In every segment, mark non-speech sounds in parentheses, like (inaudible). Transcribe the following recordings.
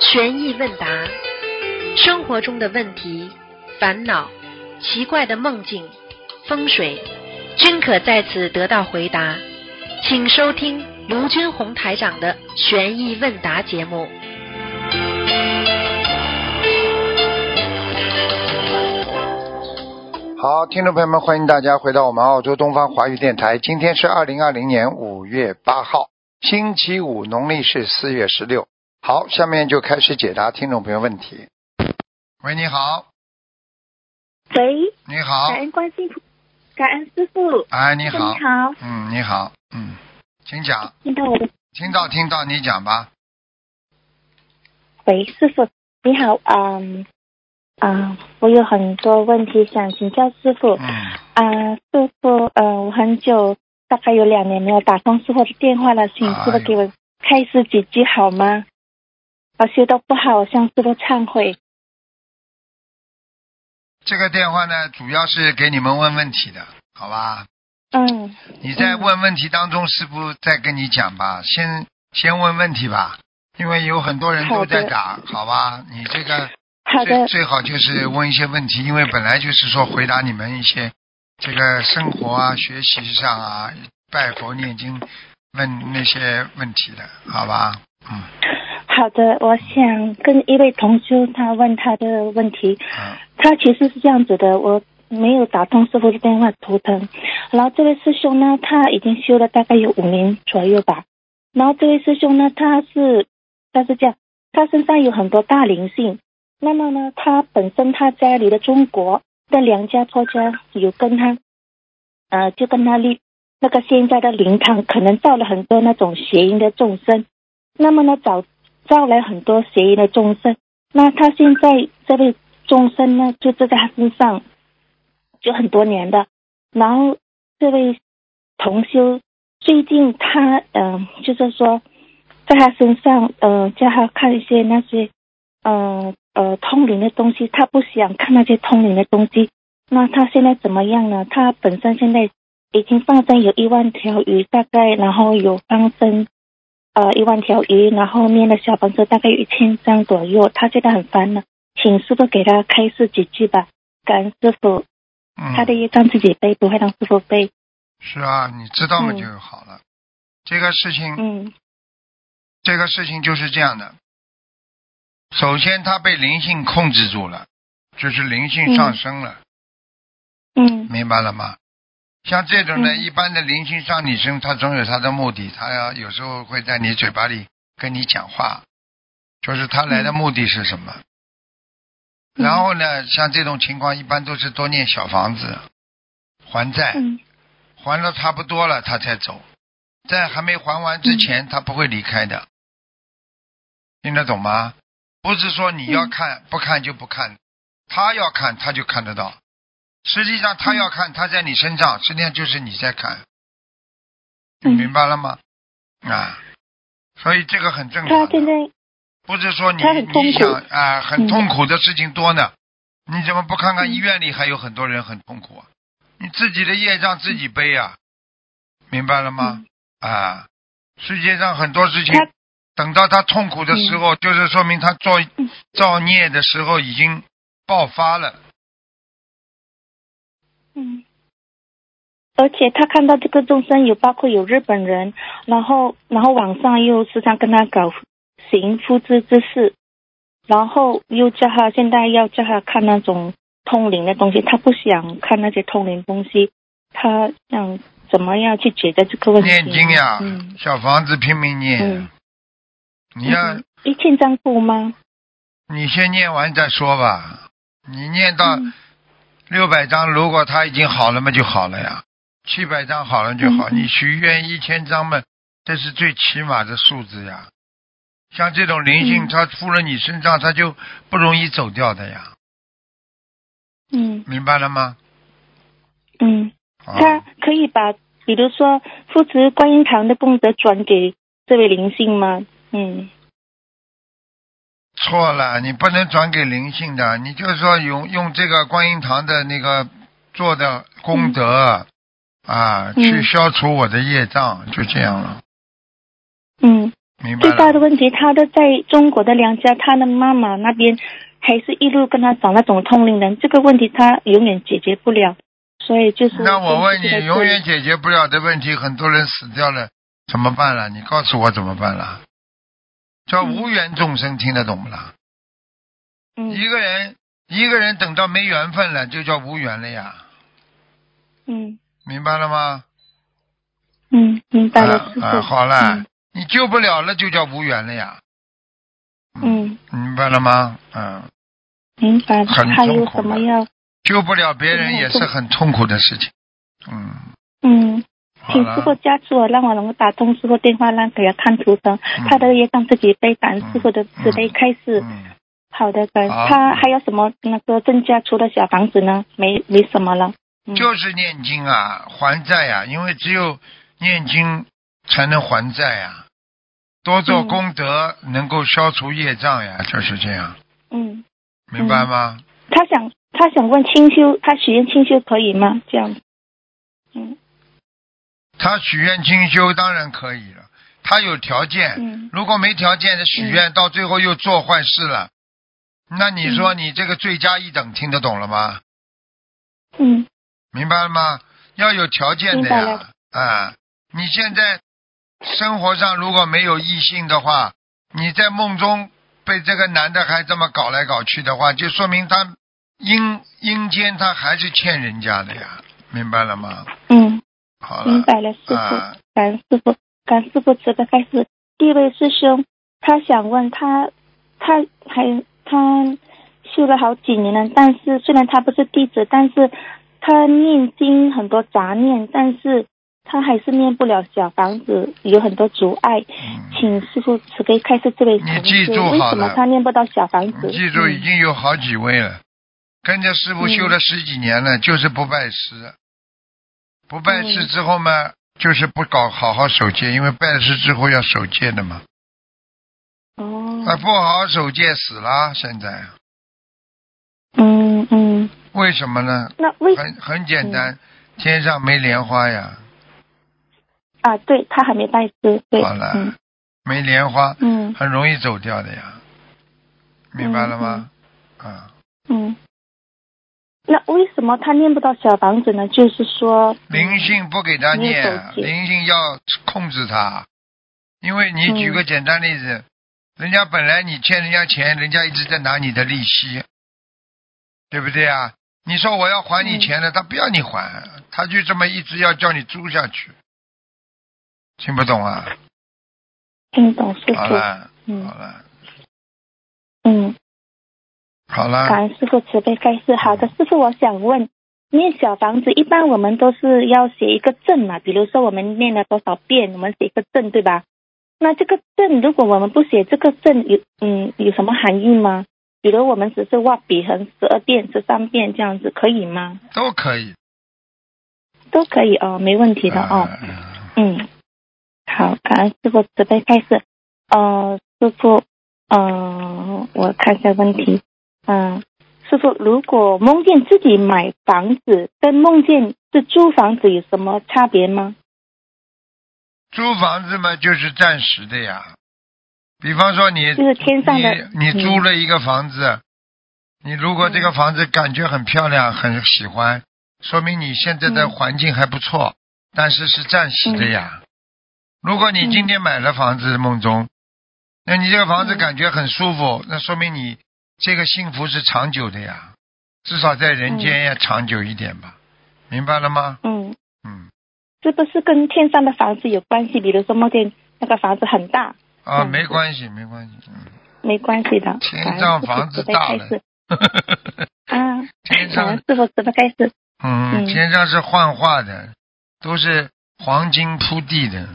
玄疑问答，生活中的问题、烦恼、奇怪的梦境、风水，均可在此得到回答。请收听卢军红台长的玄疑问答节目。好，听众朋友们，欢迎大家回到我们澳洲东方华语电台。今天是二零二零年五月八号，星期五，农历是四月十六。好，下面就开始解答听众朋友问题。喂，你好，喂，你好感，恩关心，感恩师傅，哎，你哎你好，好，嗯，你好，嗯，请讲，听到我的听到听到，你讲吧。喂，师傅你好，嗯嗯，我有很多问题想请教师傅啊、嗯，师傅，呃，我很久大概有两年没有打通师傅的电话了，请师哎傅呦给我开示几句好吗？我修的不好，我向师傅忏悔。这个电话呢，主要是给你们问问题的，好吧？嗯，你在嗯问问题当中，师傅再跟你讲吧，先先问问题吧，因为有很多人都好的在打，好吧？你这个好最的，最好就是问一些问题，因为本来就是说回答你们一些这个生活啊、学习上啊、拜佛念经问那些问题的，好吧？嗯好的，我想跟一位同修他问他的问题，嗯他其实是这样子的，我没有打通师傅的电话头疼。然后这位师兄呢，他已经修了大概有五年左右吧。然后这位师兄呢，他是他是这样，他身上有很多大灵性。那么呢，他本身他家里的中国的梁家婆家有跟他，呃，就跟他立那个现在的灵堂，可能造了很多那种邪淫的众生。那么呢，找招来很多邪淫的众生。那他现在这位众生呢，就是在他身上就很多年的。然后这位同修最近他嗯、呃就是说在他身上呃，叫他看一些那些嗯呃通灵的东西，他不想看那些通灵的东西。那他现在怎么样呢？他本身现在已经放生有一万条鱼，大概然后有放生呃一万条鱼，然后面的小房子大概有一千张左右，他现在很烦恼，请师傅给他开示几句吧，感恩师傅，他的嗯，业障自己背，不会让师傅背。是啊，你知道嘛嗯就好了。这个事情，嗯这个事情就是这样的。首先，他被灵性控制住了，就是灵性上升了，嗯明白了吗？像这种呢，嗯一般的灵性上你身，它总有它的目的，它要有时候会在你嘴巴里跟你讲话，就是它来的目的是什么。嗯然后呢，像这种情况，一般都是多念小房子，还债，嗯还了差不多了，他才走。在还没还完之前，嗯他不会离开的。听得懂吗？不是说你要嗯看、不看就不看，他要看他就看得到。实际上他要看，他在你身上，实际上就是你在看。你嗯明白了吗？啊，所以这个很正常他的。现在不是说你他很痛苦你想啊、很嗯痛苦的事情多呢，你怎么不看看医院里还有很多人很痛苦啊？你自己的业障自己背啊，嗯明白了吗？啊，世界上很多事情他，等到他痛苦的时候，就是说明他造嗯造孽的时候已经爆发了。嗯，而且他看到这个众生有包括有日本人，然后然后网上又时常跟他搞行夫之之事，然后又叫他现在要叫他看那种通灵的东西，他不想看那些通灵东西，他想怎么样去解决这个问题？念经呀，嗯小房子拼命念，嗯你要、嗯一千张够吗？你先念完再说吧。你念到、嗯六百张，如果他已经好了嘛，就好了呀。七百张好了就好，嗯你许愿一千张嘛，这是最起码的数字呀。像这种灵性，嗯它附了你身上，它就不容易走掉的呀，嗯明白了吗？嗯。啊，他可以把，比如说父慈观音堂的功德转给这位灵性吗？嗯错了，你不能转给灵性的，你就是说用用这个观音堂的那个做的功德、啊，嗯去消除我的业障，就这样了。嗯，明白最大的了。问题，他的在中国的娘家，他的妈妈那边还是一路跟他找那种通灵人，这个问题他永远解决不了，所以就是那我问现在你，就永远解决不了的问题，很多人死掉了怎么办了？你告诉我怎么办了？叫嗯无缘众生，听得懂不啦？嗯一个人一个人等到没缘分了，就叫无缘了呀，嗯明白了吗？嗯，明白了啊，师啊，傅。好了，嗯你救不了了，就叫无缘了呀。嗯，明白了吗？嗯，明白。很还痛有苦什么的要救不了别人嗯也是很痛苦的事情。嗯，嗯？好请师傅了，加持我，让我能够打通师傅电话，让给他看图腾，他的业障自己背，感恩师傅的慈悲开始。嗯，好的，感恩。好他还有什么那个增加？除了小房子呢？没没什么了。嗯就是念经啊，还债呀、因为只有念经才能还债呀、多做嗯功德能够消除业障呀，就是这样，嗯，明白吗？他想他想问清修，他许愿清修可以吗？这样。嗯他许愿清修当然可以了，他有条件，嗯如果没条件的许愿，到最后又做坏事了，那你说你这个罪加一等，听得懂了吗？嗯明白了吗？要有条件的明白呀了，啊，你现在生活上如果没有异性的话，你在梦中被这个男的还这么搞来搞去的话，就说明他阴阴间他还是欠人家的呀，明白了吗？嗯，好明了，白了，师傅。啊，感恩师傅，感恩师傅慈悲开示。第一位师兄，他想问他，他还他修了好几年了，但是虽然他不是弟子，但是他念经很多杂念，但是他还是念不了小房子，有很多阻碍。嗯请师傅慈悲开示这位同你记学，住为好什么了他念不到小房子？你记住，已嗯经有好几位了，跟着师傅修了十几年嗯了，就是不拜师。不拜师之后嘛，就是不搞好好守戒，因为拜师之后要守戒的嘛。那哦，不好好守戒死了，现在嗯嗯，为什么呢？那为很很简嗯单，天上没莲花呀。啊，对他还没拜师，对，好了，嗯没莲花嗯很容易走掉的呀，明白了吗？啊，嗯，那为什么他念不到小房子呢？就是说，灵性不给他你也念，守戒灵性要控制他，因为你举嗯个简单例子，人家本来你欠人家钱，人家一直在拿你的利息，对不对啊？你说我要还你嗯钱了，他不要你还，他就这么一直要叫你租下去，听不懂啊？听懂师好傅，了，嗯好了，嗯，好了。感恩师傅慈悲开示。好的，师傅，我想问，念小房子一般我们都是要写一个证嘛，比如说我们念了多少遍，我们写一个证，对吧？那这个证如果我们不写这个证，有嗯有什么含义吗？比如我们只是画笔横十二遍、十三遍这样子，可以吗？都可以。都可以哦，没问题的哦。呃嗯，好，感恩师傅慈悲开示。呃，师傅，呃，我看一下问题。嗯、师傅，如果梦见自己买房子，跟梦见是租房子有什么差别吗？租房子嘛，就是暂时的呀。比方说你就是天上的你你租了一个房子，你如果这个房子感觉很漂亮，很喜欢，说明你现在的嗯环境还不错，但是是暂时的呀。如果你今天买了房子，梦中，那你这个房子嗯感觉很舒服，那说明你这个幸福是长久的呀，至少在人间要长久一点吧，明白了吗？嗯，嗯。是不是跟天上的房子有关系？比如说梦见那个房子很大，啊，嗯没是关系，没关系。嗯 (laughs) 没关系的。天感恩上师傅房子慈悲大开了示嗯，啊，天感恩上，师傅慈悲开示。嗯，嗯天上是幻化的，都是黄金铺地的，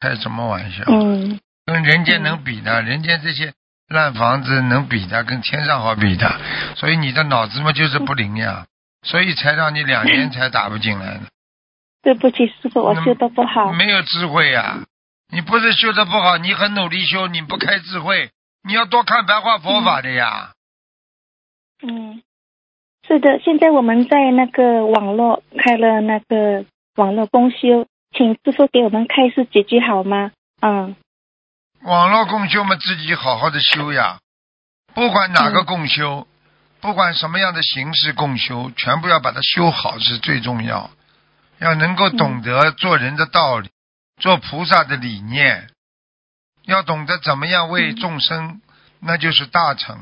开什么玩笑？嗯跟人间能比的，人间这些烂房子能比的，跟天上好比的。所以你的脑子嘛就是不灵嗯呀，所以才让你两年才打不进来呢。对不起，师傅，我那修的不好。没有智慧呀、你不是修的不好，你很努力修，你不开智慧，你要多看白话佛法的呀。嗯，是的，现在我们在那个网络开了那个网络公修，请师傅给我们开示几句好吗？嗯，网络共修嘛，自己好好的修呀，不管哪嗯个共修，不管什么样的形式共修，全部要把它修好是最重要，要能够懂得做人的道嗯理，做菩萨的理念，要懂得怎么样为嗯众生，那就是大成，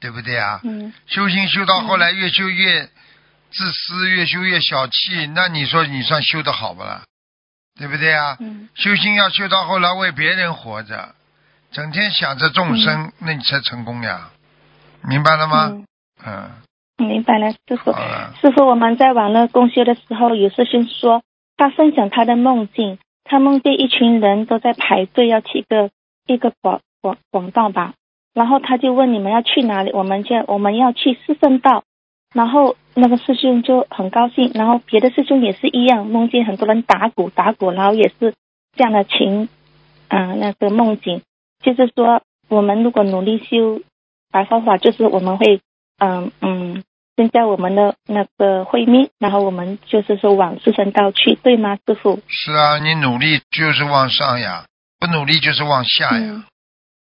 对不对啊？嗯修行修到后来越修越自私，越修越小气，那你说你算修的好不啦？对不对啊？嗯修心要修到后来为别人活着，整天想着众生，那你才成功呀，明白了吗？嗯，嗯，明白了，师傅好。了，师傅，我们在网络共修的时候，有师兄说他分享他的梦境，他梦见一群人都在排队要去一个一个广广广告吧，然后他就问你们要去哪里，我们就我们要去四圣道，然后那个师兄就很高兴，然后别的师兄也是一样，梦见很多人打鼓打鼓，然后也是这样的情，嗯、那个梦境，就是说我们如果努力修白话法，就是我们会，嗯嗯。增加我们的那个慧命，然后我们就是说往四圣道去，对吗，师傅？是啊，你努力就是往上呀，不努力就是往下呀，嗯，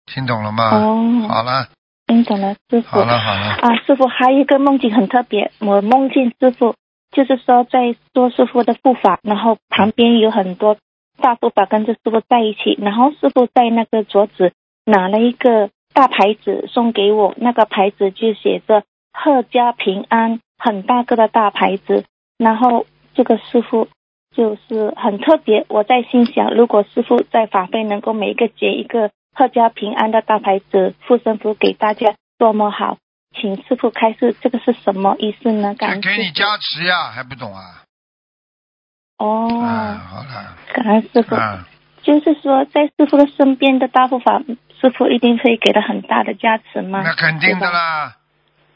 听懂了吗？哦，哎啊好了，听懂了，师傅好。了，好了，啊，师傅还有一个梦境很特别，我梦见师傅就是说在做师傅的护法，然后旁边有很多大护法跟着师傅在一起，然后师傅在那个桌子拿了一个大牌子送给我，那个牌子就写着“阖家平安”，很大个的大牌子，然后这个师傅。就是很特别，我在心想，如果师傅在法会能够每一个结一个阖家平安的大牌子，护身符给大家，多么好！请师傅开示，这个是什么意思呢？ (laughs) 感这恩给你师加持呀，还不懂啊？傅哦，啊，好了，感恩师傅，啊，就是说在师傅的身边的大护法，师傅一定会给他很大的加持吗？那肯定的啦，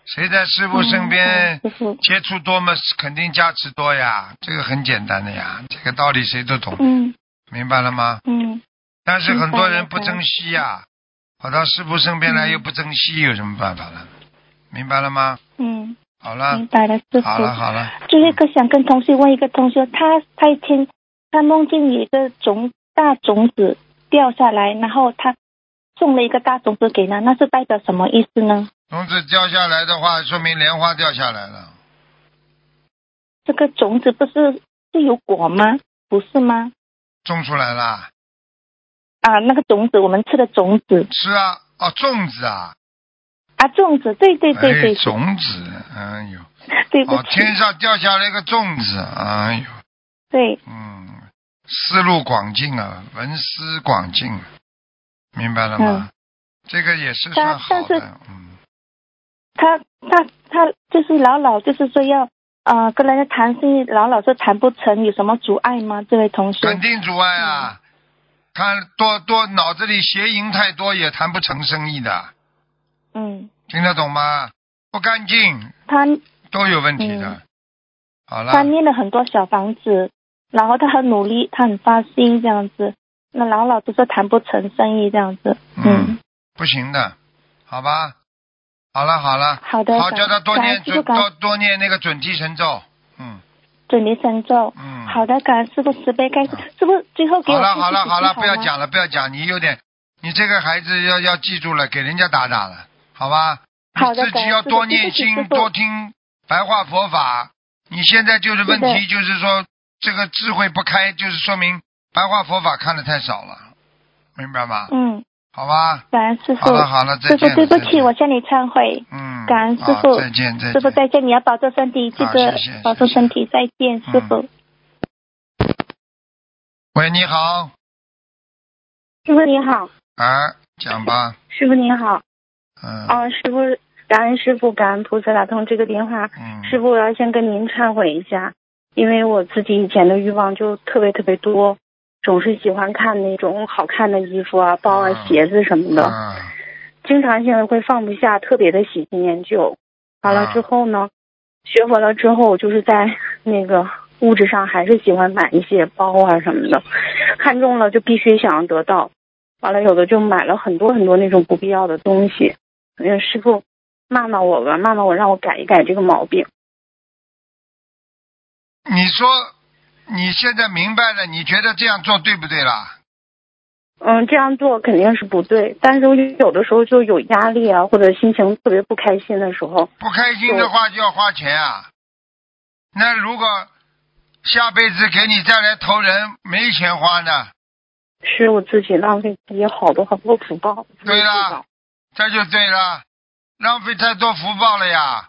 谁在师对吧。傅身边嗯、嗯师傅，接触多嘛，肯定加持多呀，这个很简单的呀，这个道理谁都懂，嗯明白了吗？嗯但是很多人明不白珍惜呀、跑到师傅身边来嗯又不珍惜，有什么办法呢？明白了吗？嗯，好了明，白了，师傅。啊好了，好了，最后一个想跟同学问一个同学，他他一天他梦见有一个种大种子掉下来，然后他种了一个大种子给他，那是代表什么意思呢？种子掉下来的话，说明莲花掉下来了。这个种子不是是有果吗？不是吗？种出来了，啊，那个种子我们吃的种子是啊，哦，种子啊，啊，粽子，对对对对哎，，种子，哎呦，对不哦，起，天上掉下来一个种子，哎呦，对，嗯，思路广进啊，文思广进啊，明白了嗯吗？这个也是算好但但的，嗯，他他他就是老老就是说要呃跟人家谈生意，老老是谈不成，有什么阻碍吗？这位同学，肯定阻碍嗯啊。看多多脑子里邪淫太多，也谈不成生意的，嗯，听得懂吗？不干净他都有问题的。嗯好了他，念了很多小房子，然后他很努力，他很发心这样子，那老老就说谈不成生意这样子，嗯，不行的，好吧？好了好了，好的，好叫他多感念恩师准傅感多恩多念那个准提神咒，嗯准离神咒。嗯。好的，感恩师傅慈悲，该嗯师傅最后给我好了开好了好了，示几句不要吗。讲了不要讲，你有点，你这个孩子要要记住了，给人家打打了，好吧？好的你自感己恩要师父多对不念起师经，父多听白话佛法。你现在就是问是题，就是说这个智慧不开，就是说明白话佛法看的太少了，明白吗？嗯，好吧，感恩师傅好，了好了，再见师傅了。对不再起，见我向你忏悔。嗯，感恩好师父再见再师傅见。再见，你要保重身体，记好谢得谢保重谢谢身体，再见，师嗯傅。喂，你好，师傅你好，啊，讲吧，师傅你好，哦嗯啊，师傅，感恩师傅，感恩菩萨打通这个电话。嗯，师傅，我要先跟您忏悔一下，因为我自己以前的欲望就特别特别多，总是喜欢看那种好看的衣服啊、包啊嗯、鞋子什么的，嗯经常性的会放不下，特别的喜新厌旧。完了之后呢，学佛了之后，就是在 (laughs) 那个物质上还是喜欢买一些包啊什么的，看中了就必须想要得到。完了，有的就买了很多很多那种不必要的东西。嗯，师傅骂骂我吧，骂骂我，让我改一改这个毛病。你说你现在明白了，你觉得这样做对不对啦？嗯，这样做肯定是不对，但是我有的时候就有压力啊，或者心情特别不开心的时候，不开心的话就要花钱啊。那如果下辈子给你再来投人，没钱花呢？是我自己浪费自己好多好多福报。对啊啦这就对了，浪费太多福报了呀！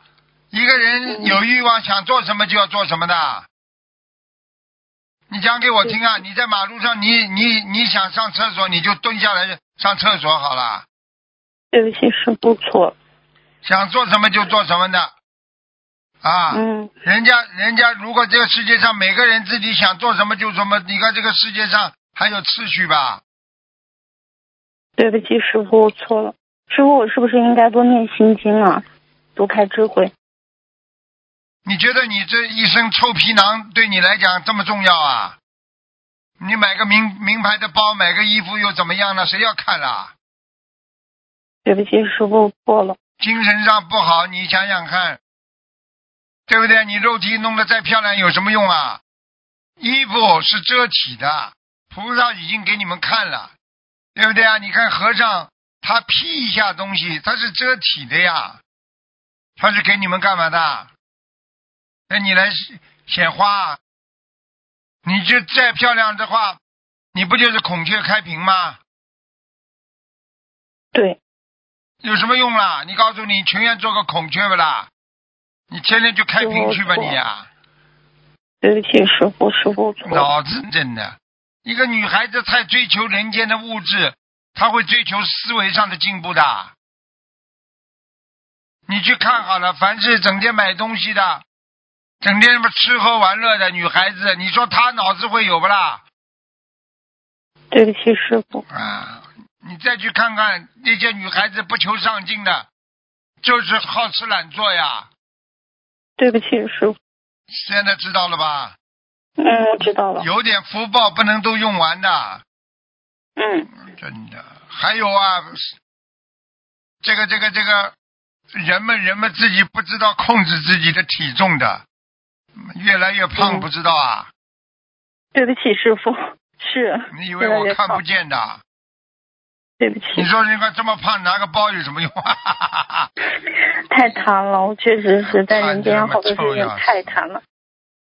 一个人有欲望，想做什么就要做什么的。你讲给我听啊！你在马路上，你你你想上厕所，你就蹲下来上厕所好了。对不起，是不错。想做什么就做什么的，啊！嗯，人家人家如果这个世界上每个人自己想做什么就什么，你看这个世界上还有秩序吧？对不起，师傅，我错了。师傅，我是不是应该多念心经啊，多开智慧？你觉得你这一身臭皮囊对你来讲这么重要啊？你买个名名牌的包，买个衣服又怎么样呢？谁要看啊啦？对不起，师傅，我错了。精神上不好，你想想看，对不对？你肉体弄得再漂亮有什么用啊？衣服是遮体的，菩萨已经给你们看了，对不对啊？你看和尚他披一下东西，他是遮体的呀，他是给你们干嘛的？那你来显花啊，你就再漂亮的话，你不就是孔雀开屏吗？对，有什么用啦？你告诉你，情愿做个孔雀不啦？你天天就开屏去吧对你啊呀、对不起，师傅，师傅，我错了。脑子真的。一个女孩子太追求人间的物质，她会追求思维上的进步的。你去看好了，凡是整天买东西的，整天什么吃喝玩乐的女孩子，你说她脑子会有不啦？对不起，师傅。啊，你再去看看那些女孩子不求上进的，就是好吃懒做呀。对不起，师傅。现在知道了吧？嗯，我知道了。有点福报不能都用完的，嗯，真的。还有啊，这个这个这个，人们人们自己不知道控制自己的体重的，越来越胖嗯不知道啊？对不起，师傅。是。你以为越来我越看不胖见的？对不起，你说人家这么胖，拿个包有什么用 (laughs) 啊？太贪了，我确实是在人间好多事贪得那情么臭呀太贪了。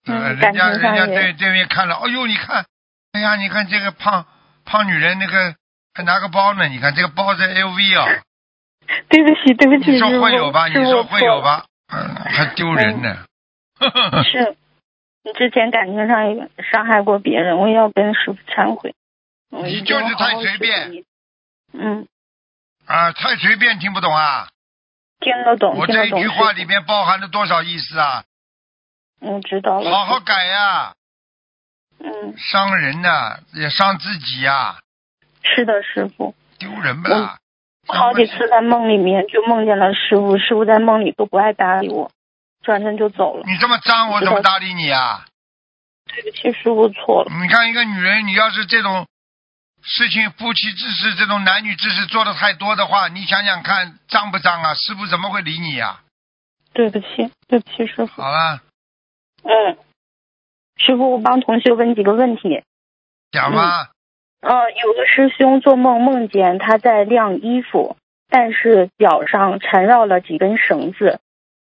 呃嗯人家感人情上家也对对面看了，哎呦，你看，哎呀，你看这个胖胖女人那个还拿个包呢，你看这个包在 LV 啊、对不起，对不起，你师说傅，会有吧？你师傅说会有？吧？嗯，还丢人呢。我错了是，你之前感情上也伤害过别人，我也要跟师傅忏悔。我你一定就是好好太随学便习。嗯， (laughs) 啊，太随便，听不懂啊！听得懂，我听这得一懂。句师话傅里面包含了多少意思啊？嗯，知道了。好好改呀、嗯，伤人呐、也伤自己呀、是的，师傅。丢人不啦？我嗯好几次在梦里面就梦见了师傅，师傅在梦里都不爱搭理我，转身就走了。你这么脏，我怎么搭理你啊？对不起，师傅错了。你看一个女人，你要是这种事情，夫妻之事这种男女之事做的太多的话，你想想看，脏不脏啊？师傅怎么会理你呀、对不起，对不起，师傅。好了，嗯，师傅，我帮同学问几个问题。讲吧。呃，有个师兄做梦梦见他在晾衣服，但是脚上缠绕了几根绳子。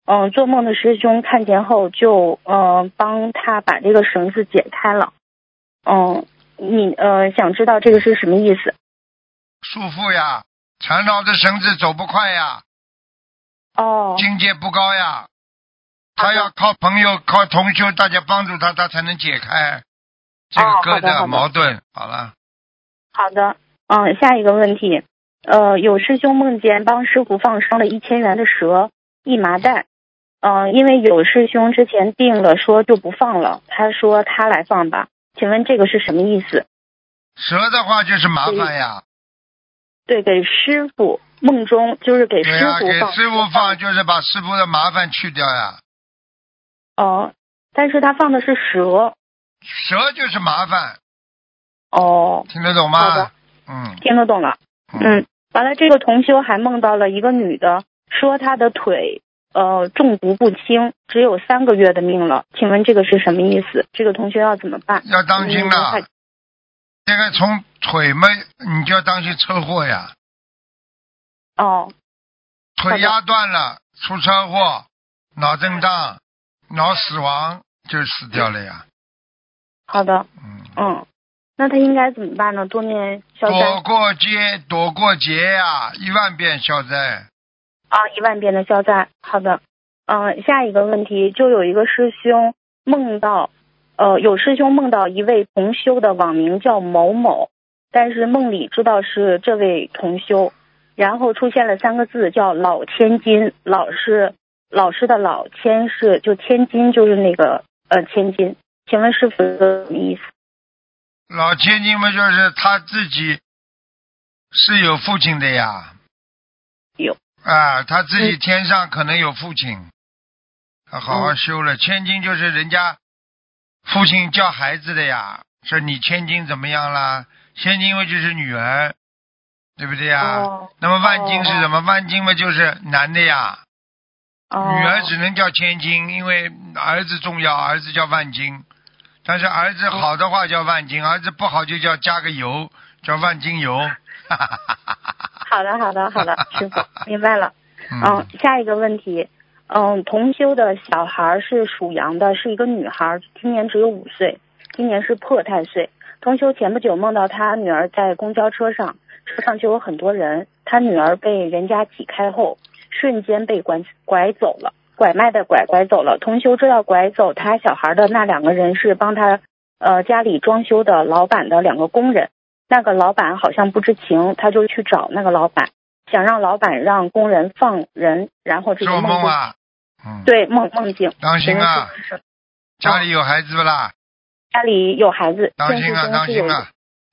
嗯、做梦的师兄看见后就呃帮他把这个绳子解开了。嗯、你呃想知道这个是什么意思？束缚呀，缠绕着绳子走不快呀，哦，境界不高呀。他要靠朋友、靠同修，大家帮助他，他才能解开这个哦疙好的好瘩的矛盾。好了，好的。嗯、下一个问题，呃，有师兄梦见帮师傅放生了一千元的蛇、一麻袋。嗯、因为有师兄之前定了说就不放了，他说他来放吧。请问这个是什么意思？蛇的话就是麻烦呀，对，给师傅梦中就是给对师呀，傅给放，师傅放。就是把师傅的麻烦去掉呀。哦，但是他放的是蛇。蛇就是麻烦，哦，听得懂好吗的？嗯听得懂了。嗯，完了，这个同修还梦到了一个女的，说她的腿呃中毒不轻，只有三个月的命了。请问这个是什么意思？这个同学要怎么办？要当心嗯了，这个从腿嘛，你就要当心车祸呀，哦，腿压断了出车祸，脑震荡、脑死亡就死掉了呀。好的，嗯，嗯，那他应该怎么办呢？多念消躲灾过劫，躲过劫呀、一万遍消灾。啊，一万遍的消灾。好的，嗯、下一个问题就有一个师兄梦到，呃，有师兄梦到一位同修的网名叫某某，但是梦里知道是这位同修，然后出现了三个字叫老千金，老是老师的老，千是就千金就是那个呃千金，请问师傅是什么意思？老千金嘛，就是他自己是有父亲的呀。有。啊，他自己天上可能有父亲，他好嗯好修了。千金就是人家父亲叫孩子的呀，说你千金怎么样啦？千金嘛就是女儿，对不对呀？哦那么万金是什么？万金嘛就是男的呀，哦，女儿只能叫千金，因为儿子重要，儿子叫万金。但是儿子好的话叫万金，儿子不好就叫加个油，叫万金油。哈哈哈哈哈好的，好的，好的，师傅明白了。嗯嗯，，下一个问题，嗯，同修的小孩儿是属羊的，是一个女孩儿，今年只有五岁，今年是破太岁。同修前不久梦到他女儿在公交车上，车上就有很多人，他女儿被人家挤开后，瞬间被拐拐走了，拐卖的拐拐走了。同修知道拐走他小孩的那两个人是帮他呃家里装修的老板的两个工人，那个老板好像不知情，他就去找那个老板。想让老板让工人放人，然后这个做梦梦就啊，嗯，对梦梦境，当心啊，家里有孩子不啦？家里有孩子，当现实心啊，中当是有心一个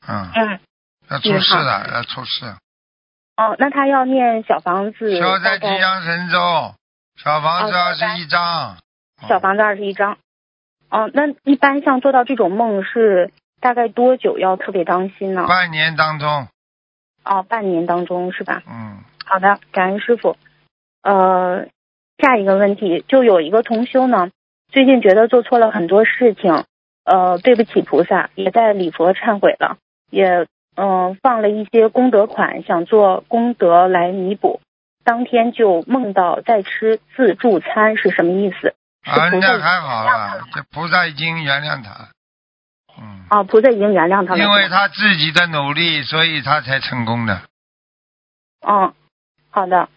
啊，嗯，嗯要出事了，要出事。哦，那他要念小房子，消灾大吉概祥神咒，小房子哦二消灾十一张。嗯小房子二十一张。哦，那一般像做到这种梦是大概多久要特别当心呢嗯。？半年当中，哦，半年当中是吧？嗯，好的，感恩师傅。呃，下一个问题就有一个同修呢，最近觉得做错了很多事情，呃，对不起菩萨，也在礼佛忏悔了，也嗯、呃放了一些功德款，想做功德来弥补。当天就梦到在吃自助餐是什么意思？是啊，菩萨那还好了，这菩萨已经原谅他，嗯，啊，菩萨已经原谅他了。因为他自己的努力，所以他才成功的。嗯，好的，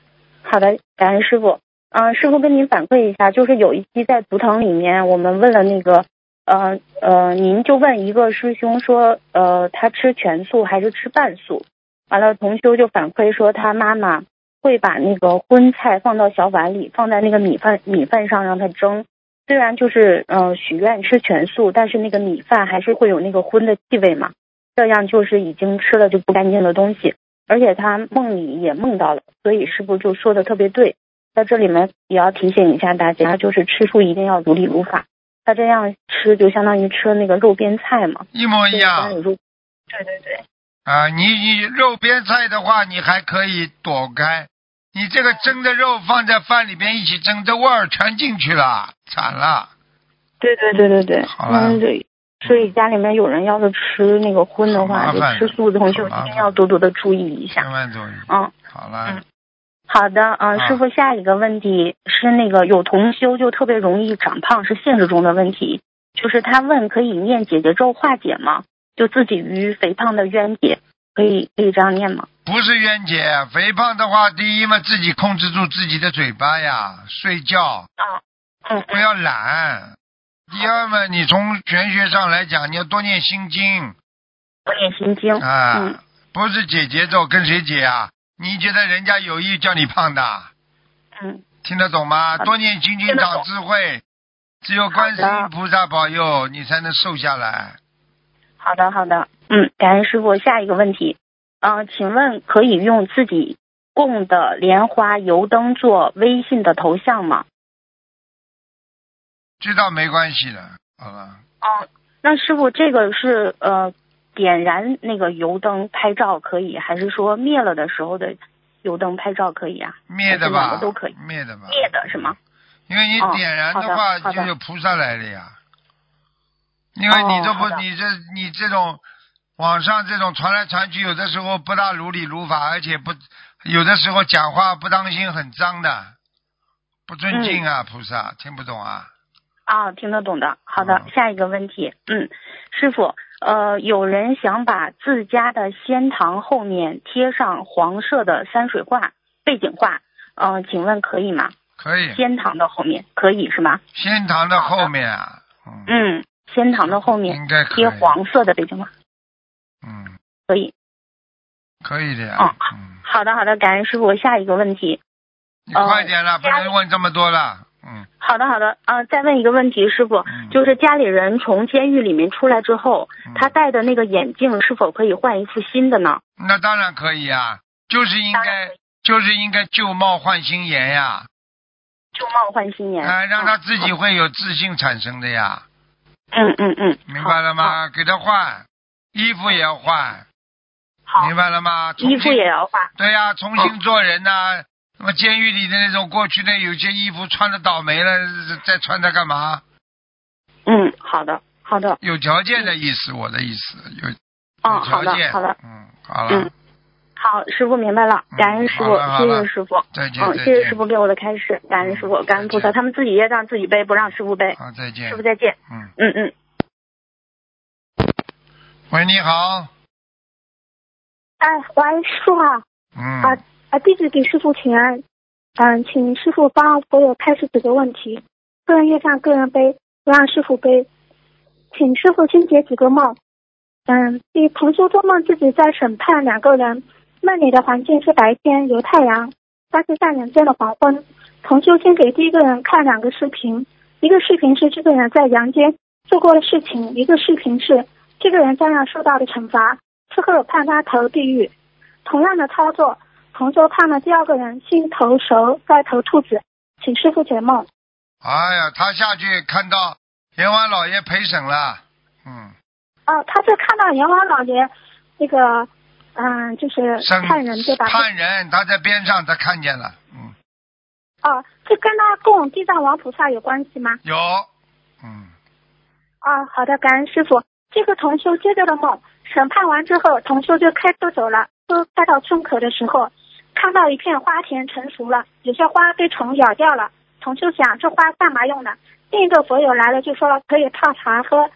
好的，感恩师傅。嗯、师傅跟您反馈一下，就是有一期在图腾里面，我们问了那个，呃呃，您就问一个师兄说，呃，他吃全素还是吃半素？完了，同修就反馈说，他妈妈会把那个荤菜放到小碗里，放在那个米饭米饭上让他蒸。虽然就是嗯、呃许愿吃全素，但是那个米饭还是会有那个荤的气味嘛，这样就是已经吃了就不干净的东西。而且他梦里也梦到了，所以师傅就说的特别对。在这里面也要提醒一下大家，就是吃素一定要如理如法。他这样吃就相当于吃那个肉边菜嘛，一模一对，样当你入，对对对，啊！你你肉边菜的话，你还可以躲开，你这个蒸的肉放在饭里边一起蒸，这味儿全进去了，惨 (laughs) 了。对对对对对，好吧嗯对。所以家里面有人要是吃那个荤的话，好麻就烦吃素的同学好麻一烦定要多多的注意一下千。万注意，嗯，好了，嗯好的，嗯、啊师傅，下一个问题是那个有同修就特别容易长胖，是现实中的问题，就是他问可以念姐姐咒化解吗？就自己与肥胖的冤结，可以可以这样念吗？不是冤结，肥胖的话，第一嘛，自己控制住自己的嘴巴呀，睡觉啊，嗯不要懒。第二嘛，你从玄学上来讲，你要多念心经我念心 (laughs) 经，啊，嗯不是解节奏跟谁解啊？你觉得人家有意叫你胖的，嗯，听得懂吗？多念心经听得懂长智慧，只有观世音好的菩萨保佑，你才能瘦下来。好的好的，嗯，感恩师傅。下一个问题，嗯、请问可以用自己供的莲花油灯做微信的头像吗？知道没关系的，好了。哦，那师傅，这个是呃，点燃那个油灯拍照可以，还是说灭了的时候的油灯拍照可以啊？灭的还是两吧个，都可以灭的吧，灭的是吗？因为你哦点燃好的话，好就的有菩萨来了呀。因为你哦这不，好的你这你这种网上这种传来传去，有的时候不大如理如法，而且不有的时候讲话不当心很脏的，不尊敬嗯啊，菩萨听不懂啊。啊，听得懂的。好的嗯，下一个问题，嗯，师傅，呃，有人想把自家的仙堂后面贴上黄色的山水画背景画，呃，请问可以吗？可以，仙堂的后面可以是吗？仙堂的后面啊，嗯，嗯，仙堂的后面应该可以贴，黄色的背景画嗯，可以。可以的呀哦，嗯，好的，好的，感恩师傅。下一个问题，你哦快点了，不家里能问这么多了，嗯，好的，好的，呃，再问一个问题，师傅，嗯就是家里人从监狱里面出来之后，嗯他戴的那个眼镜是否可以换一副新的呢？那当然可以啊，就是应当然该可以就是应该旧貌换新颜呀，旧貌换新颜。哎，让他嗯自己会有自信产生的呀，嗯嗯嗯，明白了好？吗？给他换，衣服也要换，好，好明白了吗？重衣服新也要换。对呀、重新做人呐、那么监狱里的那种过去的有些衣服穿的倒霉了，再穿它干嘛？嗯，好的，好的，有条件的意思，我的意思有嗯哦，有好的条，件。好的，嗯，好了嗯，，好，师傅明白了，嗯感恩师好傅了好，谢了谢师傅，再见，嗯，再谢见嗯谢师傅给我的开示，感恩师傅，感恩菩萨，再见嗯他们自己业障自己背，不让师傅背，好，再见师傅。再见，嗯，嗯嗯。喂，你好，哎，喂，师傅好嗯，啊，弟子给师傅请安。嗯，请师傅帮我有开始几个问题，个人业障个人背，不让师傅背。请师傅先解几个梦。嗯，第同修做梦自己在审判两个人，梦里的环境是白天有太阳，但是在人间的黄昏。同修先给第一个人看两个视频，一个视频是这个人在阳间做过的事情，一个视频是这个人将要受到的惩罚，最后判他投地狱。同样的操作，同修看了第二个人先投蛇，再投兔子，请师傅解梦。哎呀，他下去看到阎王老爷陪审了，嗯，哦，他是看到阎王老爷那个，嗯，就是审看人对吧？判人，他在边上，他看见了，嗯，哦，这跟他供地藏王菩萨有关系吗？有，嗯，哦，好的，感恩师傅。这个同修接着的梦，审判完之后，同修就开车走了。车开到村口的时候，看到一片花田成熟了，有些花被虫咬掉了。同修想，这花干嘛用的？另一个佛友来了，就说可以泡茶喝，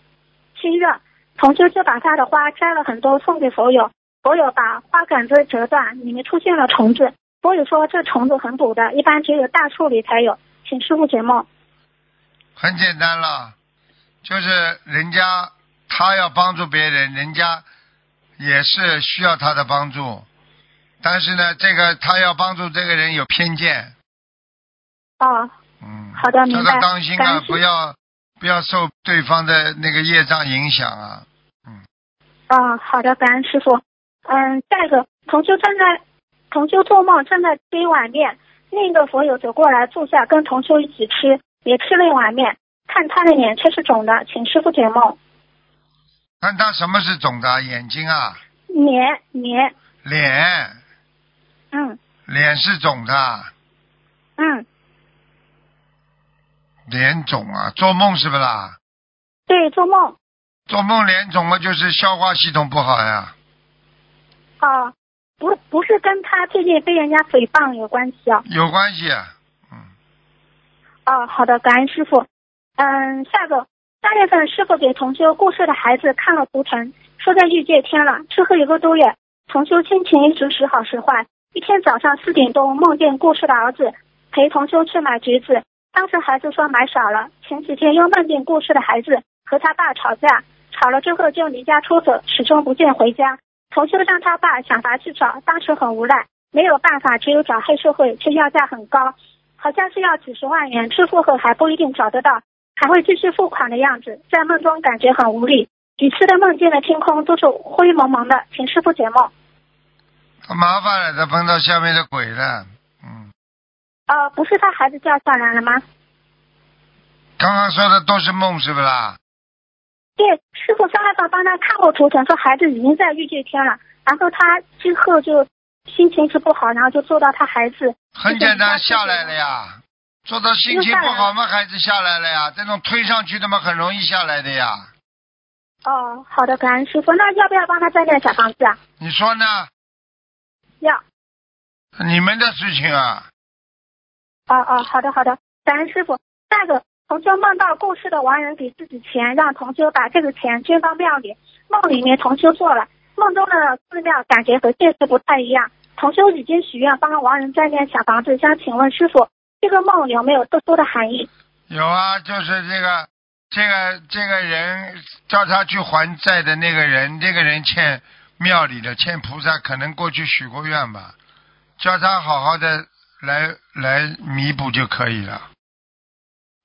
清热。同修就把他的花摘了很多送给佛友，佛友把花杆子折断，里面出现了虫子。佛友说这虫子很补的，一般只有大树里才有，请师傅解梦。很简单了，就是人家他要帮助别人，人家也是需要他的帮助，但是呢，这个他要帮助这个人有偏见，哦，嗯，好的明白这个当心感啊恩，师不要不要受对方的那个业障影响啊，啊，好的，感恩师傅。嗯，下一个同修正在同修做梦，正在吃一碗面，另一个佛友走过来坐下，跟同修一起吃，也吃了一碗面，看他的脸却是肿的，请师傅解梦。看他什么是肿的，眼睛啊，脸脸，脸嗯脸是肿的，嗯，脸肿啊，做梦是不啦？对，做梦做梦脸肿了就是消化系统不好呀、啊，不不是跟他最近被人家诽谤有关系啊。有关系、啊，嗯。哦，好的，感恩师傅。嗯，下个三月份师傅给同修过世的孩子看了图腾，说在欲界天了，之后一个多月，同修心情一直时好时坏。一天早上四点多，梦见过世的儿子陪同修去买橘子，当时孩子说买少了。前几天又梦见过世的孩子和他爸吵架，吵了之后就离家出走，始终不见回家。同修让他爸想法去找，当时很无奈，没有办法，只有找黑社会，却要价很高。好像是要几十万元，支付后还不一定找得到，还会继续付款的样子，在梦中感觉很无力。几次的梦见的天空都是灰蒙蒙的，请师傅解梦。他麻烦了，他碰到下面的鬼了。嗯，呃，不是他孩子掉下来了吗？刚刚说的都是梦，是不啦？对，师傅三月份帮他看过图腾，说孩子已经在欲界天了，然后他之后就心情一直不好，然后就做到他孩子很简单，下来了呀。做到心情不好嘛，孩子下来了呀。这种推上去的嘛，很容易下来的呀。哦，好的，感恩师傅。那要不要帮他再念小房子啊？你说呢？要。你们的事情啊，哦哦，好的好的，感恩师傅。下一个同修梦到过世的亡人给自己钱，让同修把这个钱捐到庙里。梦里面同修做了，梦中的寺庙感觉和现实不太一样。同修已经许愿帮亡人再建小房子，想请问师傅，这个梦有没有特殊的含义？有啊，就是这个这个这个人叫他去还债的那个人，这个人欠庙里的欠菩萨，可能过去许过愿吧，叫他好好的来来弥补就可以了。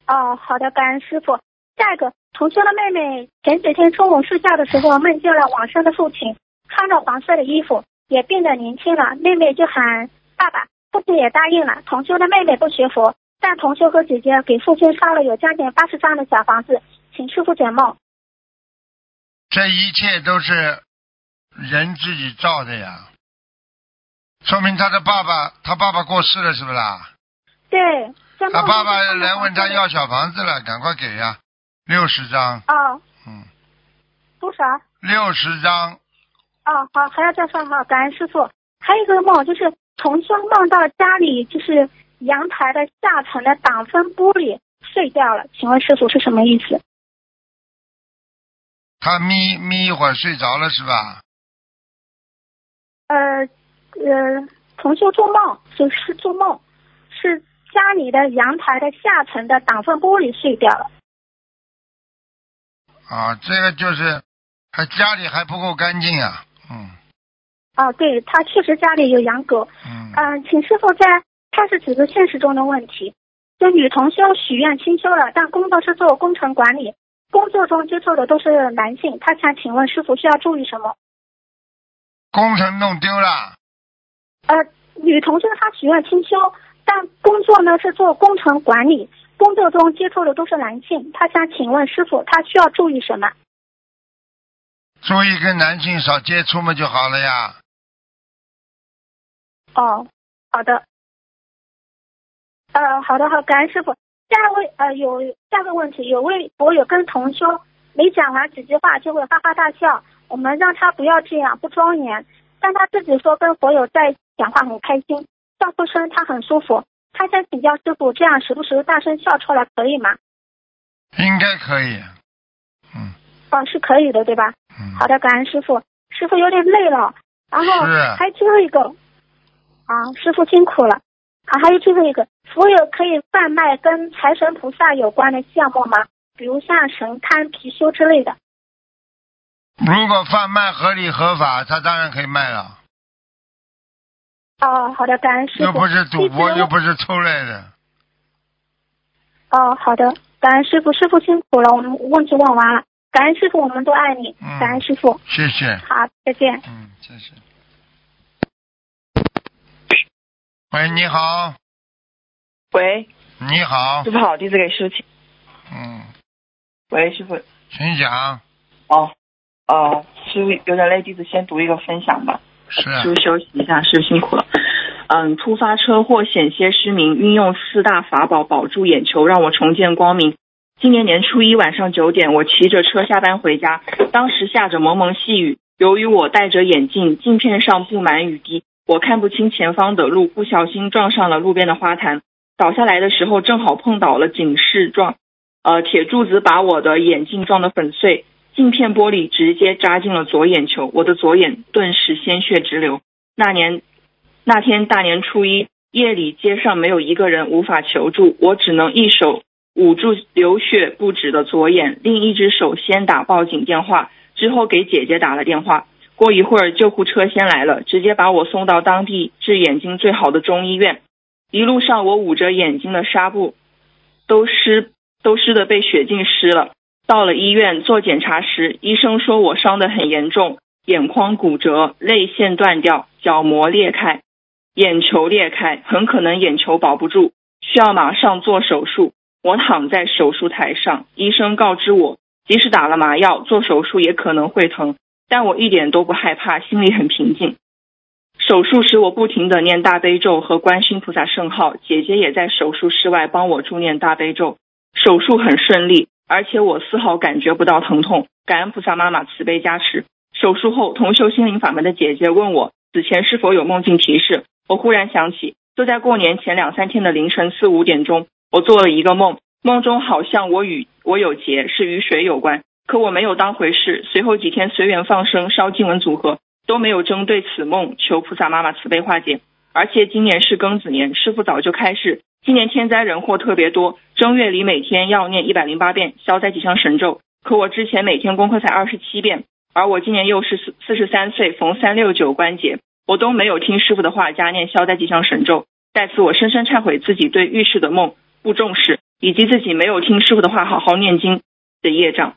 哦，好的，感恩师傅。下一个，同修的妹妹前几天中午睡觉的时候梦见了往生的父亲，穿着黄色的衣服，也变得年轻了。妹妹就喊爸爸，父亲也答应了。同修的妹妹不学佛，但同修和姐姐给父亲烧了有将近八十张的小房子，请师傅解梦。这一切都是人自己造的呀，说明他的爸爸，他爸爸过世了，是不是啦？对，在他梦啊爸爸中看到来黄问色他的要小房子了，赶快给呀，六十张，哦，嗯，多少？六十张，哦，好，还要再算好，感恩师傅。还有一个梦就是同修梦到家里就是阳台的下层的挡风玻璃碎掉了，请问师傅是什么意思？他眯眯一会儿睡着了是吧？呃呃，同修做梦就是做梦，是家里的阳台的下层的挡风玻璃碎掉了。啊，这个就是还家里还不够干净啊，嗯哦，对，他确实家里有养狗，嗯，嗯，请师傅再开始几个现实中的问题。就女同修许愿清修了，但工作是做工程管理，工作中接触的都是男性，她想请问师傅需要注意什么？工程弄丢了，呃，女同修她许愿清修，但工作呢是做工程管理，工作中接触的都是男性，她想请问师傅她需要注意什么？注意跟男性少接触嘛就好了呀。哦，好的。呃，好的，好，感恩师傅。下一位呃，有下个问题，有位博友跟同修每讲完几句话就会哈哈大笑，我们让他不要这样，不庄严。但他自己说跟博友在讲话很开心，笑出声他很舒服。他想请教师傅，这样时不时大声笑出来可以吗？应该可以，嗯哦，是可以的，对吧？嗯，好的，感恩师傅。师傅有点累了，然后是还最后一个，啊，师傅辛苦了。啊，还有最后一个，佛友可以贩卖跟财神菩萨有关的项目吗？比如像神龛、貔貅之类的。如果贩卖合理合法，他当然可以卖了，哦，好的，感恩师又傅。不是赌博，弟子又不是偷来的。哦，好的，感恩师傅，师傅辛苦了，我们问题问完了，感恩师傅，我们都爱你，嗯感恩师傅，谢谢，好，再见。嗯，谢谢。喂，你好，喂，你好师，傅好，弟子给师傅请。嗯，喂，师傅，请讲，哦，呃，师傅有点累，弟子先读一个分享吧。师是啊傅休息一下，师傅辛苦了。嗯，突发车祸险些失明，运用四大法宝保住眼球，让我重见光明。今年年初一晚上九点，我骑着车下班回家，当时下着蒙蒙细雨，由于我戴着眼镜，镜片上布满雨滴，我看不清前方的路，不小心撞上了路边的花坛，倒下来的时候正好碰倒了警示状，呃，铁柱子把我的眼镜撞得粉碎，镜片玻璃直接扎进了左眼球，我的左眼顿时鲜血直流。那年那天大年初一夜里，街上没有一个人无法求助，我只能一手捂住流血不止的左眼，另一只手先打报警电话，之后给姐姐打了电话。过一会儿，救护车先来了，直接把我送到当地治眼睛最好的中医院。一路上，我捂着眼睛的纱布都湿，都湿的被血浸湿了。到了医院做检查时，医生说我伤得很严重，眼眶骨折、泪腺断掉、角膜裂开、眼球裂开，很可能眼球保不住，需要马上做手术。我躺在手术台上，医生告知我，即使打了麻药，做手术也可能会疼，但我一点都不害怕，心里很平静。手术时，我不停地念大悲咒和观世音菩萨圣号，姐姐也在手术室外帮我助念大悲咒。手术很顺利，而且我丝毫感觉不到疼痛。感恩菩萨妈妈慈悲加持。手术后，同修心灵法门的姐姐问我此前是否有梦境提示，我忽然想起，就在过年前两三天的凌晨四五点钟，我做了一个梦，梦中好像我与我有劫，是与水有关，可我没有当回事。随后几天随缘放生、烧经文组合，都没有针对此梦求菩萨妈妈慈悲化解。而且今年是庚子年，师傅早就开示，今年天灾人祸特别多，正月里每天要念一百零八遍消灾吉祥神咒。可我之前每天功课才二十七遍，而我今年又是四四十三岁，逢三六九关节，我都没有听师傅的话加念消灾吉祥神咒。在此，我深深忏悔自己对预示的梦不重视，以及自己没有听师傅的话好好念经的业障。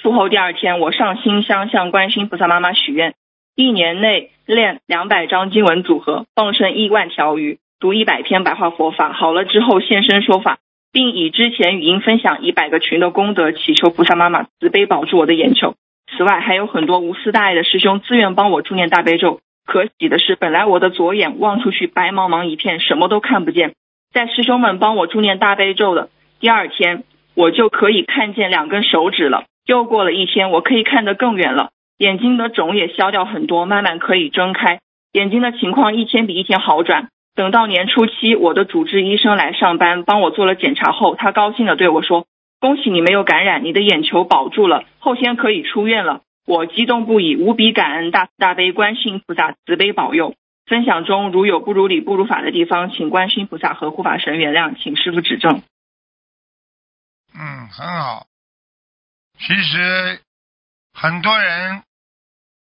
术后第二天，我上新香向观世音菩萨妈妈许愿，一年内练两百张经文组合，放生一万条鱼，读一百篇白话佛法。好了之后现身说法，并以之前语音分享一百个群的功德，祈求菩萨妈妈慈悲保住我的眼球。此外，还有很多无私大爱的师兄自愿帮我助念大悲咒。可喜的是，本来我的左眼望出去白茫茫一片，什么都看不见。在师兄们帮我助念大悲咒的第二天，我就可以看见两根手指了。又过了一天，我可以看得更远了，眼睛的肿也消掉很多，慢慢可以睁开。眼睛的情况一天比一天好转。等到年初七，我的主治医生来上班，帮我做了检查后，他高兴地对我说：“恭喜你没有感染，你的眼球保住了，后天可以出院了。”我激动不已，无比感恩大慈大悲观世音菩萨慈悲保佑。分享中如有不如理、不如法的地方，请观世音菩萨和护法神原谅，请师傅指正。嗯，很好。其实很多人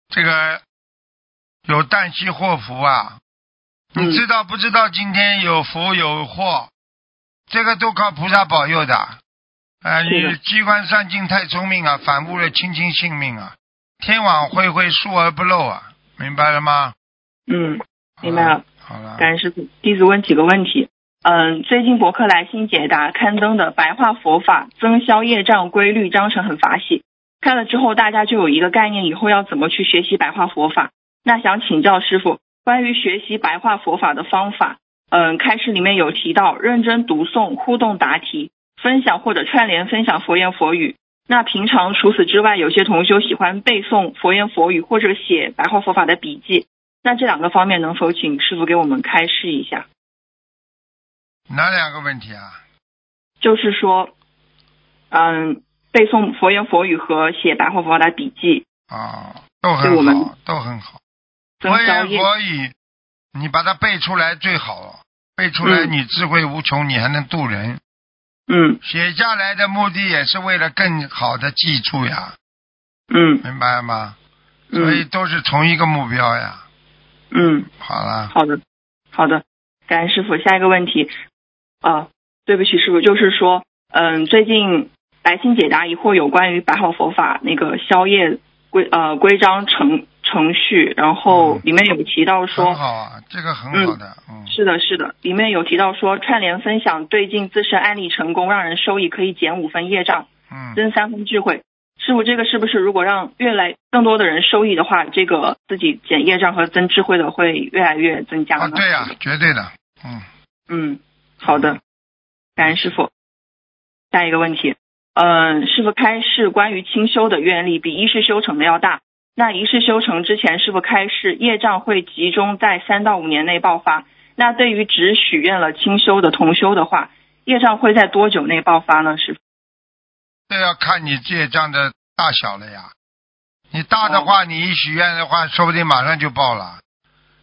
这个有旦夕祸福啊，嗯你知道不知道？今天有福有祸，这个都靠菩萨保佑的。啊，是的你机关算尽太聪明啊，反误了卿卿性命啊！天网恢恢，疏而不漏啊，明白了吗？嗯，明白了。好了。好了感恩师傅。弟子问几个问题。嗯，最近博客来新解答刊登的《白话佛法增消业障规律》章程很法喜，看了之后大家就有一个概念，以后要怎么去学习白话佛法。那想请教师傅，关于学习白话佛法的方法，嗯，开始里面有提到认真读诵、互动答题、分享或者串联分享佛言佛语。那平常除此之外，有些同修喜欢背诵佛言佛语或者写白话佛法的笔记。那这两个方面能否请师傅给我们开示一下？哪两个问题啊？就是说，嗯，背诵佛言佛语和写白话佛法的笔记，哦，都对我很好们，都很好。增佛消言业佛语，你把它背出来最好，背出来嗯你智慧无穷，你还能度人。嗯写下来的目的也是为了更好的记住呀，嗯明白吗？所以嗯都是同一个目标呀。嗯，好了，好的好的，感恩师傅。下一个问题，啊，对不起师傅，就是说，嗯，最近白心解答疑惑有关于白话佛法那个消业规呃规章程程序，然后嗯里面有提到说，很好啊，这个很好的，嗯是的，是的，里面有提到说串联分享对境自身案例成功，让人收益可以减五分业障，嗯，增三分智慧。师傅，这个是不是如果让越来更多的人受益的话，这个自己减业障和增智慧的会越来越增加啊，呢？对呀、绝对的，嗯，嗯，好的，感恩师傅。下一个问题，嗯、师傅开示关于清修的愿力比一世修成的要大。那一世修成之前，师傅开示业障会集中在三到五年内爆发。那对于只许愿了清修的同修的话，业障会在多久内爆发呢？师傅，这要看你业障的大小了呀。你大的哦话，你一许愿的话，说不定马上就报了；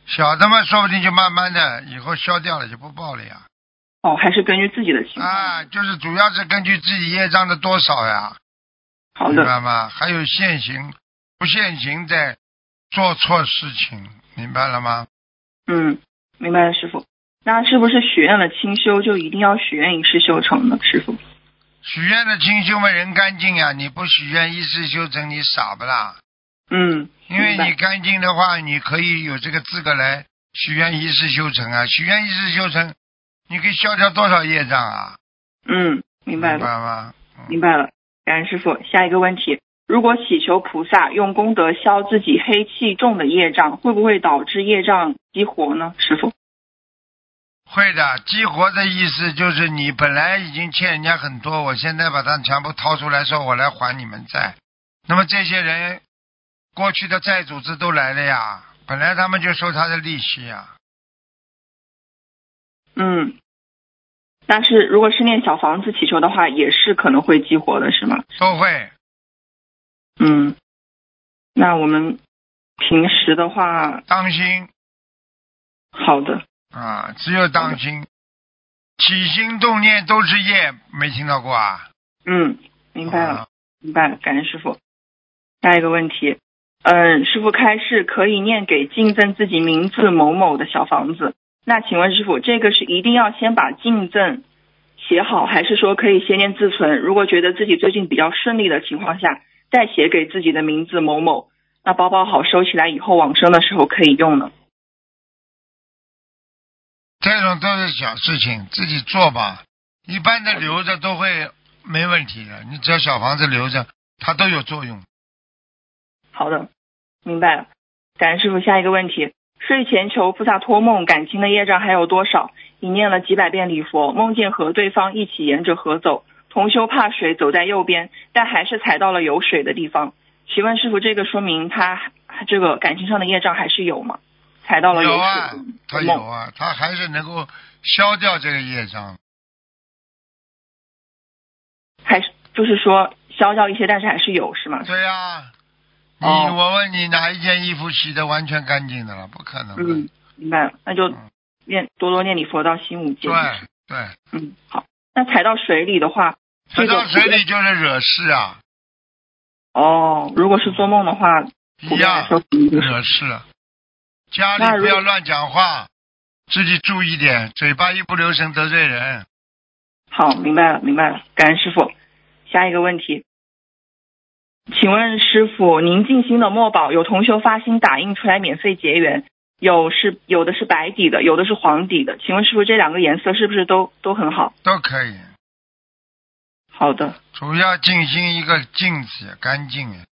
小的嘛，说不定就慢慢的以后消掉了，就不报了呀。哦，还是根据自己的情况。啊，就是主要是根据自己业障的多少呀，好明的，白吗？还有现行不现行在做错事情，明白了吗？嗯，明白了，师傅。那是不是许愿了清修就一定要许愿一世修成呢？师傅，许愿的清修嘛，人干净呀，你不许愿一世修成，你傻不啦？嗯，因为明白你干净的话，你可以有这个资格来许愿一世修成啊，许愿一世修成，你可以消掉多少业障啊？嗯，明明白了。吗？明白了，感恩师傅。下一个问题，如果祈求菩萨用功德消自己黑气重的业障，会不会导致业障激活呢？师傅，会的，激活的意思就是你本来已经欠人家很多，我现在把它全部掏出来说，我来还你们债。那么这些人过去的债主子都来了呀，本来他们就收他的利息呀。嗯，但是如果是念小房子祈求的话，也是可能会激活的，是吗？都会，嗯，那我们平时的话，当心好的，啊，只有当心，起心动念都是业，没听到过啊？嗯，明白了，啊明白了，感恩师傅。下一个问题，嗯，师傅开示可以念给敬赠自己名字某某的小房子，那请问师傅，这个是一定要先把敬赠写好，还是说可以先念自存？如果觉得自己最近比较顺利的情况下，再写给自己的名字某某，那包包好收起来以后往生的时候可以用呢？这种都是小事情，自己做吧。一般的留着都会没问题的，你只要小房子留着，它都有作用。好的，明白了。感恩师傅，下一个问题：睡前求菩萨托梦，感情的业障还有多少？你念了几百遍礼佛，梦见和对方一起沿着河走，同修怕水，走在右边，但还是踩到了有水的地方。请问师傅，这个说明他这个感情上的业障还是有吗？踩到了有水，啊，他有啊，他还是能够消掉这个业障。还是就是说消掉一些，但是还是有是吗？对呀、啊，你、哦我问你，哪一件衣服洗的完全干净的了？不可能的。嗯，明白了，那就嗯念多多念礼佛到心无结。对对，嗯，好。那踩到水里的话，踩这个到水里就是惹事啊，哦，如果是做梦的话，一普遍来样说可能就是惹事。家那里如不果要乱讲话，自己注意点，嘴巴一不留神得罪人。好，明白了，明白了，感恩师傅。下一个问题，请问师傅，您静心的墨宝有同学发心打印出来免费结缘，有是有的是白底的，有的是黄底的，请问师傅这两个颜色是不是都都很好？都可以，好的，主要静心一个静字，干净啊，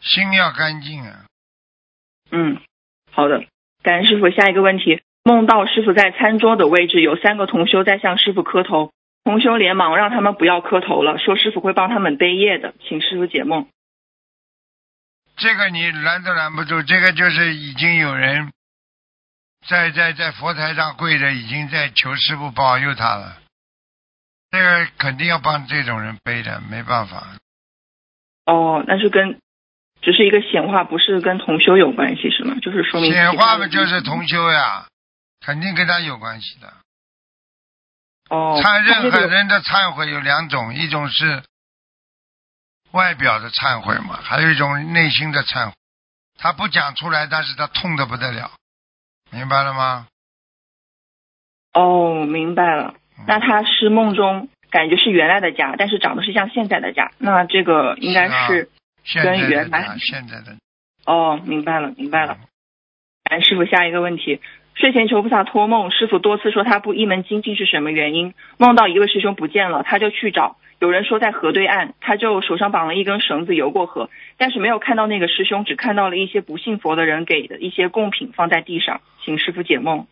心要干净啊。嗯，好的，感恩师傅。下一个问题，梦到师傅在餐桌的位置有三个同修在向师傅磕头，同修连忙让他们不要磕头了，说师傅会帮他们背业的，请师傅解梦。这个你拦都拦不住，这个就是已经有人在在在佛台上跪着，已经在求师傅保佑他了。这个肯定要帮这种人背的，没办法。哦，那是跟只是一个显化，不是跟同修有关系是吗？就是说明显其他化的嘛就是同修呀，肯定跟他有关系的。哦，忏他这任何个人的忏悔有两种，一种是外表的忏悔嘛，还有一种内心的忏悔。他不讲出来，但是他痛的不得了，明白了吗？哦，明白了。嗯那他是梦中感觉是原来的家，但是长得是像现在的家，那这个应该啊是现在跟的原来他，现在的哦，明白了，明白了。感恩师傅，下一个问题。睡前求菩萨托梦，师傅多次说他不一门精进是什么原因？梦到一位师兄不见了，他就去找，有人说在河对岸，他就手上绑了一根绳子游过河，但是没有看到那个师兄，只看到了一些不信佛的人给的一些贡品放在地上，请师傅解梦。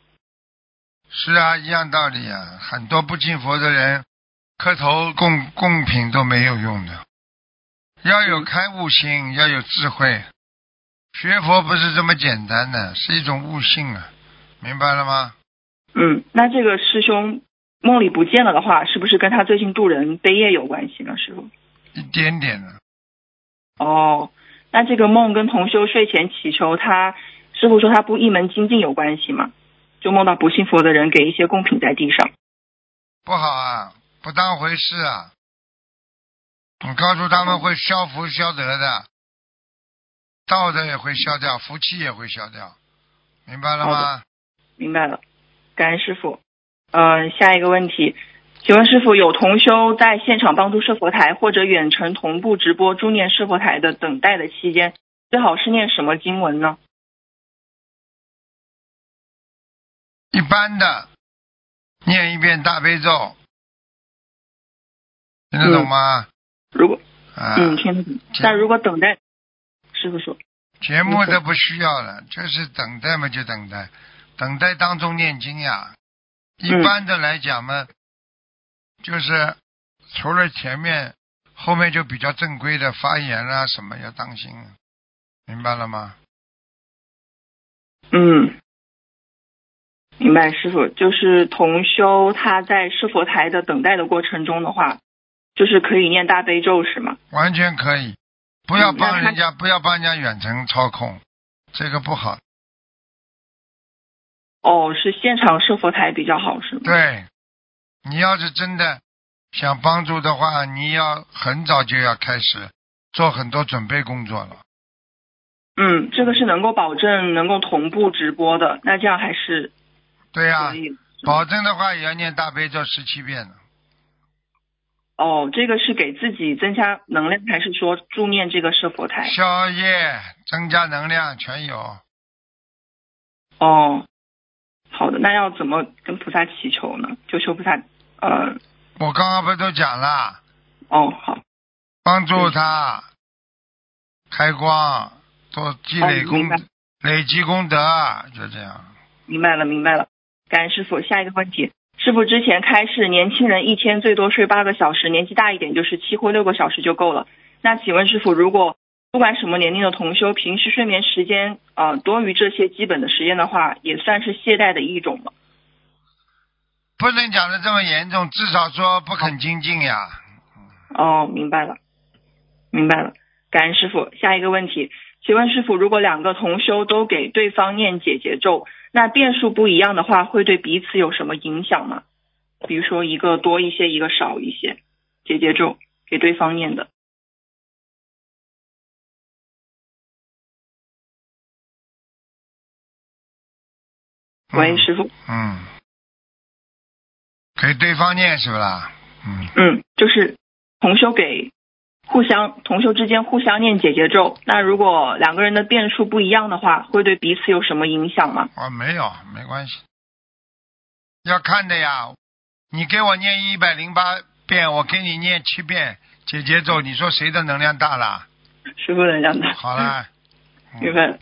是啊，一样道理啊。很多不敬佛的人，磕头供贡品都没有用的。要有开悟心，要有智慧。学佛不是这么简单的，是一种悟性啊，明白了吗？嗯，那这个师兄梦里不见了的话，是不是跟他最近渡人悲业有关系呢？师傅？一点点啊的。哦，那这个梦跟同修睡前祈求他，师傅说他不一门精进有关系吗？就梦到不信佛的人给一些贡品在地上。不好啊，不当回事啊。我告诉他们会消福消德的，道德也会消掉，福气也会消掉，明白了好吗？明白了，感恩师傅。嗯、下一个问题，请问师傅有同修在现场帮助设佛台或者远程同步直播助念设佛台的等待的期间，最好是念什么经文呢？一般的念一遍大悲咒，听得懂吗？如果啊，嗯听得懂，但如果等待，师傅说节目都不需要了，就是等待嘛，就等待，等待当中念经呀。嗯一般的来讲嘛，就是除了前面，后面就比较正规的发言啦、什么要当心，明白了吗？嗯，明白，师傅，就是同修他在是佛台的等待的过程中的话，就是可以念大悲咒是吗？完全可以，不要嗯那帮他人家，不要帮人家远程操控，这个不好。哦，是现场是佛台比较好是吗？对，你要是真的想帮助的话，你要很早就要开始做很多准备工作了。嗯，这个是能够保证能够同步直播的，那这样还是对啊呀、可以的。保证的话也要念大悲咒十七遍的。哦，这个是给自己增加能量，还是说助念这个是佛台？宵夜增加能量全有。哦，好的，那要怎么跟菩萨祈求呢？就求菩萨，呃，我刚刚不都讲了，哦，好，帮助他开光，做积累哦功、明白累积功德，就这样。明白了，明白了，感恩师傅。下一个问题，师傅之前开示，年轻人一天最多睡八个小时，年纪大一点就是七或六个小时就够了。那请问师傅，如果不管什么年龄的同修，平时睡眠时间呃多于这些基本的时间的话，也算是懈怠的一种吗？不能讲的这么严重，至少说不肯精进呀。哦，明白了，明白了，感恩师傅。下一个问题，请问师傅，如果两个同修都给对方念解结咒，那变数不一样的话，会对彼此有什么影响吗？比如说一个多一些，一个少一些，解结咒给对方念的。嗯喂，师傅，嗯，给对方念是不啦？嗯，嗯，就是同修给互相同修之间互相念解结咒，那如果两个人的变数不一样的话，会对彼此有什么影响吗？我哦没有，没关系。要看的呀，你给我念一百零八遍，我给你念七遍姐姐咒，你说谁的能量大啦？师傅能讲的。好啦，嗯 (laughs) 明白了，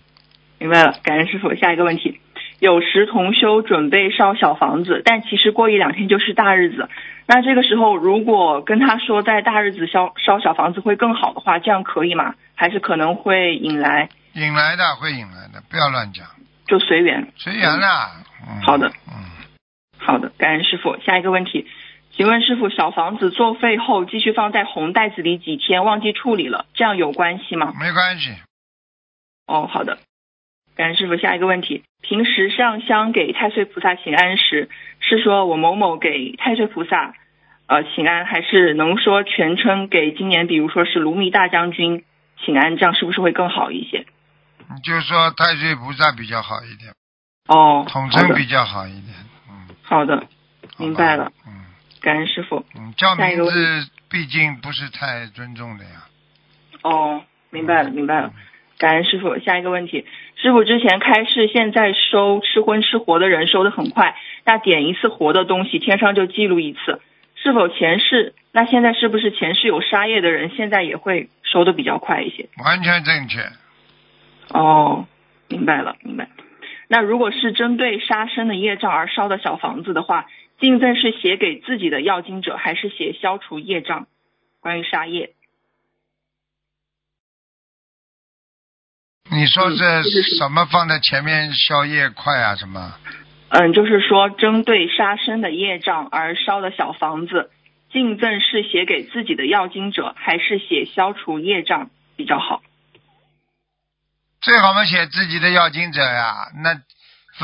明白了，感恩师傅。下一个问题，有时同修准备烧小房子，但其实过一两天就是大日子。那这个时候，如果跟他说在大日子烧烧小房子会更好的话，这样可以吗？还是可能会引来引来的会引来的，不要乱讲，就随缘？随缘啦。嗯，好的，嗯，好的，感恩师傅。下一个问题，请问师傅，小房子作废后继续放在红袋子里几天，忘记处理了，这样有关系吗？没关系，哦，好的。感恩师傅，下一个问题：平时上香给太岁菩萨请安时，是说我某某给太岁菩萨呃请安，还是能说全称给今年，比如说是卢米大将军请安，这样是不是会更好一些？你就说太岁菩萨比较好一点，哦，统好称的比较好一点。嗯，好的，好吧明白了。。嗯感恩师傅。嗯，叫下一名个字毕竟不是太尊重的呀。哦，明白了，明白了。感恩师傅。下一个问题，师傅之前开示，现在收吃荤吃活的人收的很快，那点一次活的东西，天上就记录一次。是否前世？那现在是不是前世有杀业的人，现在也会收的比较快一些？完全正确，哦，明白了，明白。那如果是针对杀生的业障而烧的小房子的话，敬赠是写给自己的要经者，还是写消除业障？关于杀业，你说嗯这就是什么放在前面宵夜快啊？什么？嗯，就是说针对杀生的业障而烧的小房子，敬赠是写给自己的要经者，还是写消除业障比较好？最好嘛写自己的要经者呀。那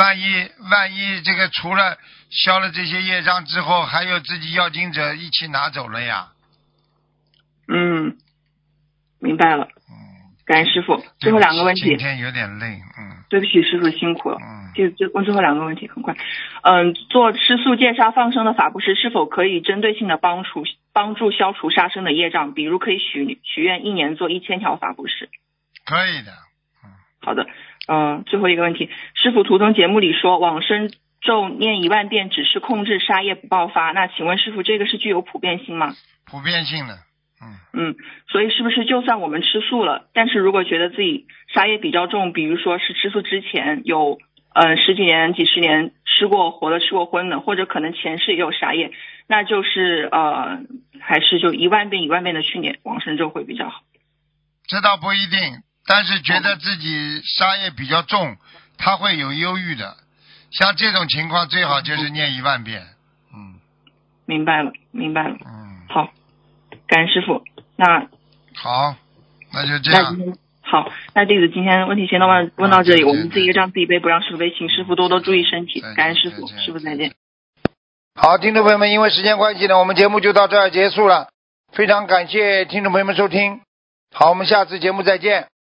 万一万一这个除了消了这些业障之后，还有自己要经者一起拿走了呀。嗯，明白了。嗯感恩师傅。最后两个问今题，天有点累，嗯对不起，师傅辛苦了。嗯，就就问最后两个问题，很快。嗯，做吃素戒杀放生的法布施是否可以针对性的帮助帮助消除杀生的业障？比如可以许许愿一年做一千条法布施。可以的。好的，嗯，最后一个问题，师傅图腾节目里说往生咒念一万遍只是控制杀业不爆发，那请问师傅这个是具有普遍性吗？普遍性的，嗯，嗯，所以是不是就算我们吃素了，但是如果觉得自己杀业比较重，比如说是吃素之前有嗯、十几年、几十年吃过活的、吃过荤的，或者可能前世也有杀业，那就是呃，还是就一万遍一万遍的去念往生咒会比较好。知道不一定，但是觉得自己杀业比较重，他会有忧郁的。像这种情况，最好就是念一万遍。嗯明白了，明白了。嗯，好，感恩师傅。那好，那就这那样啊今。天好，那弟子今天问题先到问问到这里，我们自己让自己背，不让师傅背，请师傅多多注意身体再见，感恩师傅，再见师傅再见。好，听众朋友们，因为时间关系呢，我们节目就到这儿结束了。非常感谢听众朋友们收听，好，我们下次节目再见。